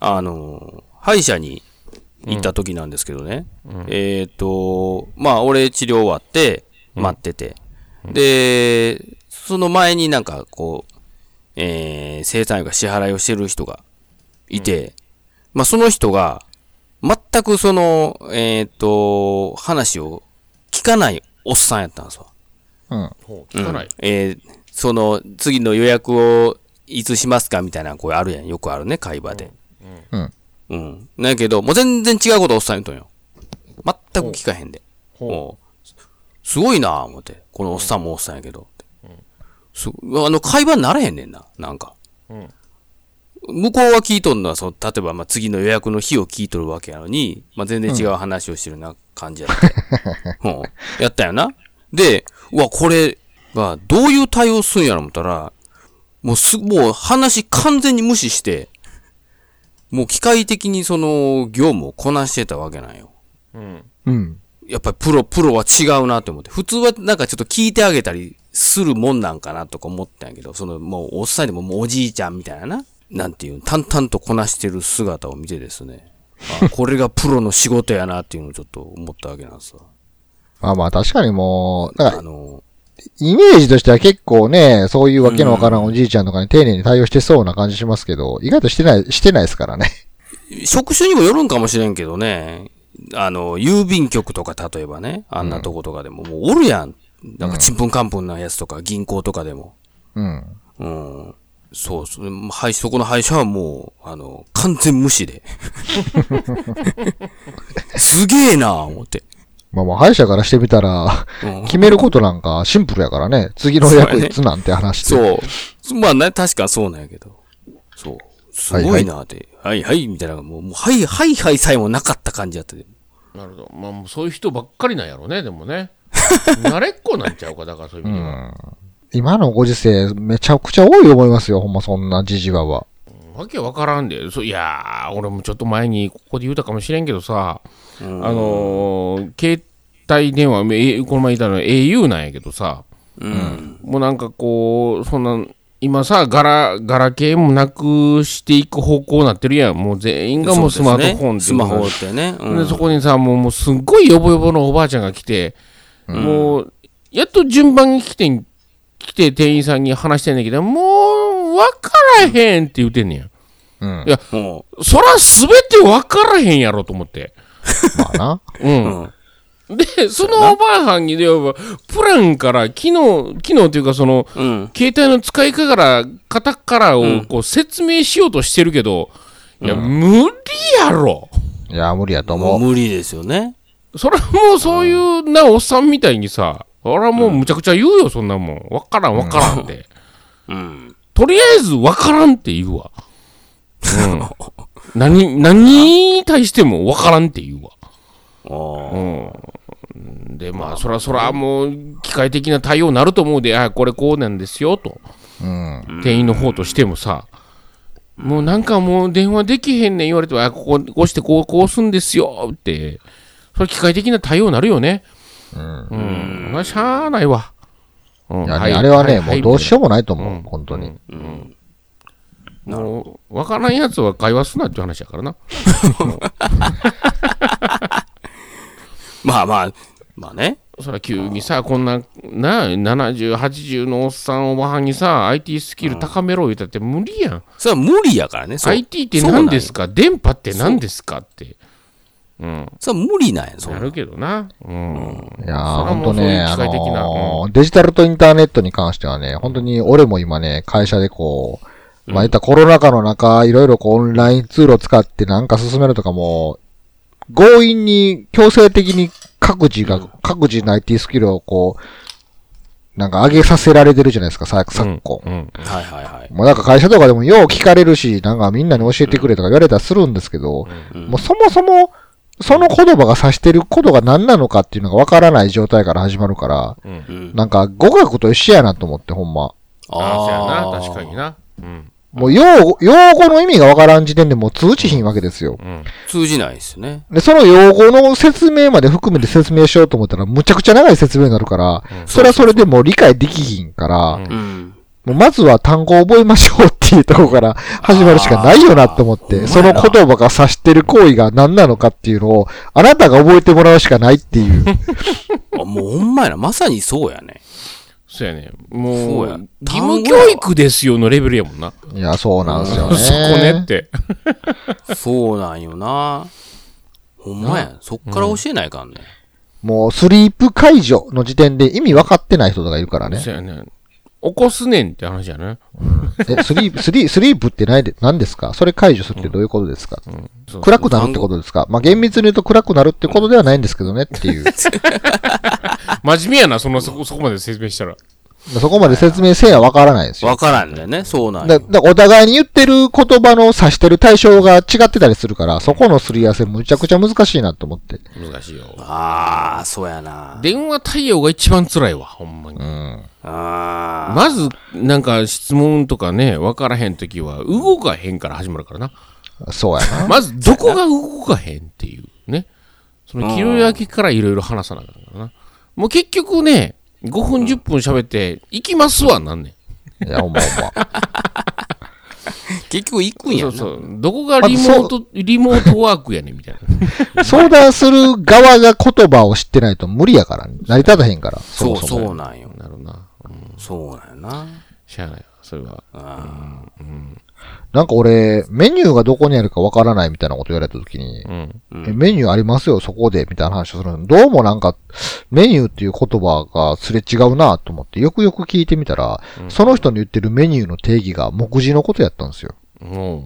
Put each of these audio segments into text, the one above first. あの、歯医者に行った時なんですけどね。えっ、と、まあ、俺治療終わって、待ってて。で、その前になんかこう、えー、生産が支払いをしてる人がいて、まあ、その人が、全くその、えっ、と、話を聞かないおっさんやったんですわ。うん。ほう聞かない。えーその、次の予約をいつしますかみたいな、これあるやん。よくあるね、会話で。うん。うん。なんやけど、もう全然違うことおっさん言うとんよ。全く聞かへんで。ほもうすすごいなぁ、思って。このおっさんもおっさんやけど。すあの、会話にならへんねんな、なんか。うん向こうは聞いとんのは、その例えば、まあ、次の予約の日を聞いとるわけやのに、まあ、全然違う話をしてるな、感じやって。うんやったよな。で、うわ、これが、どういう対応すんやろ思ったら、もうす、もう話完全に無視して、もう機械的にその、業務をこなしてたわけなんよ。う。うん。うん。やっぱりプロ、プロは違うなって思って。普通はなんかちょっと聞いてあげたりするもんなんかなとか思ったんやけど、そのもうおっさんでももうおじいちゃんみたいなな、なんていうの、淡々とこなしてる姿を見てですね。あこれがプロの仕事やなっていうのをちょっと思ったわけなんですわ。まあまあ確かにもう、なんあか、の、イメージとしては結構ね、そういうわけのわからんおじいちゃんとかに丁寧に対応してそうな感じしますけど、意外としてない、してないですからね。職種にもよるんかもしれんけどね、あの、郵便局とか例えばね、あんなとことかでも、もうおるやん。なんかちんぷんかんぷんなやつとか、銀行とかでも。うん。うん。そうそう。はい、そこの歯医者はもう、あの、完全無視で。 すげえなぁ、思って。まあまあ、歯医者からしてみた ら、うん決めることなんかシンプルやからね。次の役いつなんて話って。う。そう。まあね、確かそうなんやけど。そう。すごいなぁって。はいはい、みたいな。もう、もうはい、はいはいさえもなかった感じやったで。なるほど。まあ、もうそういう人ばっかりなんやろね、で もね。慣れっこなんちゃうか、だからそういう意味では。今のご時世、めちゃくちゃ多い思いますよ。ほんま、そんなじじわは。わけわからんで、そいやー、俺もちょっと前にここで言うたかもしれんけどさ、あのー携帯電話、えこの前言ったの au なんやけどさ、うん。もうなんかこう、そんな、今さ、ガラ、ガラケーもなくしていく方向になってるやん。もう全員がもうスマートフォでンってすいねうスマかホってね。うで、ん。そこにさ、もう、もうすっごいヨボヨボのおばあちゃんが来て、もう、やっと順番に来てん、来て店員さんに話してんだけど、もう、わからへんって言うてんねや。うんいや、もそらすべてわからへんやろと思って。まあな。うんう、。うん。で、そのおばあはんに、ではプランから、機能、機能というか、その、うん。携帯の使い方から、方からをこう説明しようとしてるけど、いや、無理やろ。いや、無理やともう思う。無理ですよね。そらもうそういうなおっさんみたいにさ、そらもうむちゃくちゃ言うよ、そんなもん。わからん、わからんって。うん。とりあえずわからんって言うわ。 うん。何、何に対してもわからんって言うわ。あーうん。で、まあ、そらそらもう、機械的な対応になると思うで、あ、これこうなんですよ、と。うん。店員の方としてもさ、もうなんかもう電話できへんねん言われても、あ、ここ、こうしてこう、こうすんですよ、って。それ機械的な対応になるよね。うん。うん。まあ、しゃあないわ。うんいやねあれはね、もうどうしよううもないと思うんう。本当に。も。もう、わからんやつは会話すなっていう話やからな。まあまあ、まあね。そら急にさ、こんな、な、70、80のおっさん、おばはんにさ、IT スキル高めろ言うたって無理やん。それは無理やからね。そう IT って何ですか電波って何ですかって。うん。それは無理なんや、そんななるけどな。うん。いやー、それはほんもとうそういね、うあ機械的なのーデジタルとインターネットに関してはね、本当に俺も今ね、会社でこう、まあ、いったらコロナ禍の中、いろいろこう、オンラインツールを使ってなんか進めるとかも、強引に、強制的に各自が、各自の IT スキルをこう、なんか上げさせられてるじゃないですか、さ昨今。うん。はいはいはい。もうなんか会社とかでもよう聞かれるし、なんかみんなに教えてくれとか言われたりするんですけど、うんもうそもそも、その言葉が指してることが何なのかっていうのがわからない状態から始まるから、うん。うんなんか語学と一緒やなと思って、ほんま。ああ、そうやな。ー確かにな。うん。もう用語、用語の意味がわからん時点でもう通知ひんわけですよ。うん。通じないですね。で、その用語の説明まで含めて説明しようと思ったら、むちゃくちゃ長い説明になるから、それはそれでもう理解できひんから、うんうん。もうまずは単語を覚えましょうっていうところから始まるしかないよなと思って、その言葉が指してる行為が何なのかっていうのを、あなたが覚えてもらうしかないっていう。 あもうほんまやな。まさにそうやね。そうやね。そもうやう、義務教育ですよのレベルやもんな。いや、そうなんですよ そね。こねって。そうなんよな。ほんまや。そっから教えないかんね。もう、スリープ解除の時点で意味分かってない人とかいるからねそ。うやね。起こすねんって話やね。え、スリープ、スリー、スリープって何で、何ですかそれ解除するってどういうことですか、そう暗くなるってことですかまあ、厳密に言うと暗くなるってことではないんですけどねって いう。真面目やな、その、そこ、そこまで説明したら。そこまで説明せやわからないんですよ。わからんだよね。そうなんだよ。だからお互いに言ってる言葉の指してる対象が違ってたりするから、そこのすり合わせむちゃくちゃ難しいなと思って。難しいよ。ああ、そうやな。電話対応が一番辛いわ、ほんまに。ああ。まず、なんか質問とかね、わからへんときは、動かへんから始まるからな。そうやな。まず、どこが動かへんっていうね。その切り分けからいろいろ話さなあかんからな。もう結局ね、5分10分喋って、行きますわ、なんねん。 いや、ほんまほんま。結局行くんやそな。うそう。どこがリモート、リモートワークやねん、みたいな。相談する側が言葉を知ってないと無理やから、ね、成り立たへんから。そそうもそそうも。なんよ。なるな。そうなんよな。しゃあないわ、それは。なんか俺、メニューがどこにあるかわからないみたいなこと言われた時に、うん。えメニューありますよ、そこで、みたいな話をするの。どうもなんか、メニューっていう言葉がすれ違うなと思って、よくよく聞いてみたら、その人の言ってるメニューの定義が目次のことやったんですよ。おお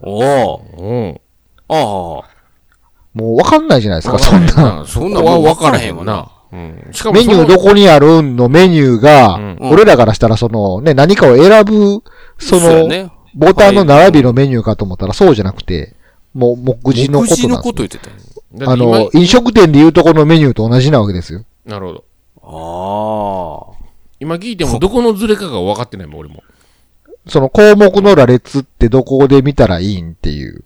お。うおうああ。もうわかんないじゃないですか、そんな。な。そんなは分からへんわな。うん。しかもメそニの、ューどこにあるんのメニューが、うん俺らからしたらそのね、何かを選ぶ、そそうやの、ね。ボタンの並びのメニューかと思ったらそうじゃなくて、もう目次のことなんです口よのこと言ってたよ。だあって今の、飲食店で言うとこのメニューと同じなわけですよ。なるほど。ああ。今聞いても、どこのズレかが分かってないもん、俺も。その項目の羅列ってどこで見たらいいんっていう。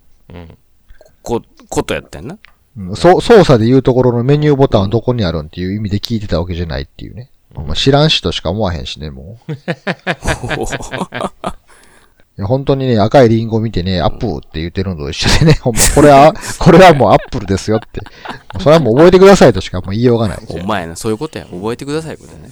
こ、ことやったんな。うん、そ操作で言うところのメニューボタンはどこにあるんっていう意味で聞いてたわけじゃないっていうね。まあ知らんしとしか思わへんしね、もう。いや本当にね、赤いリンゴ見てね、アップルって言ってるのと一緒でね、 ほんま、これは、これはもうアップルですよって。それはもう覚えてくださいとしかもう言いようがない。お前な、そういうことや。覚えてください、ことやね。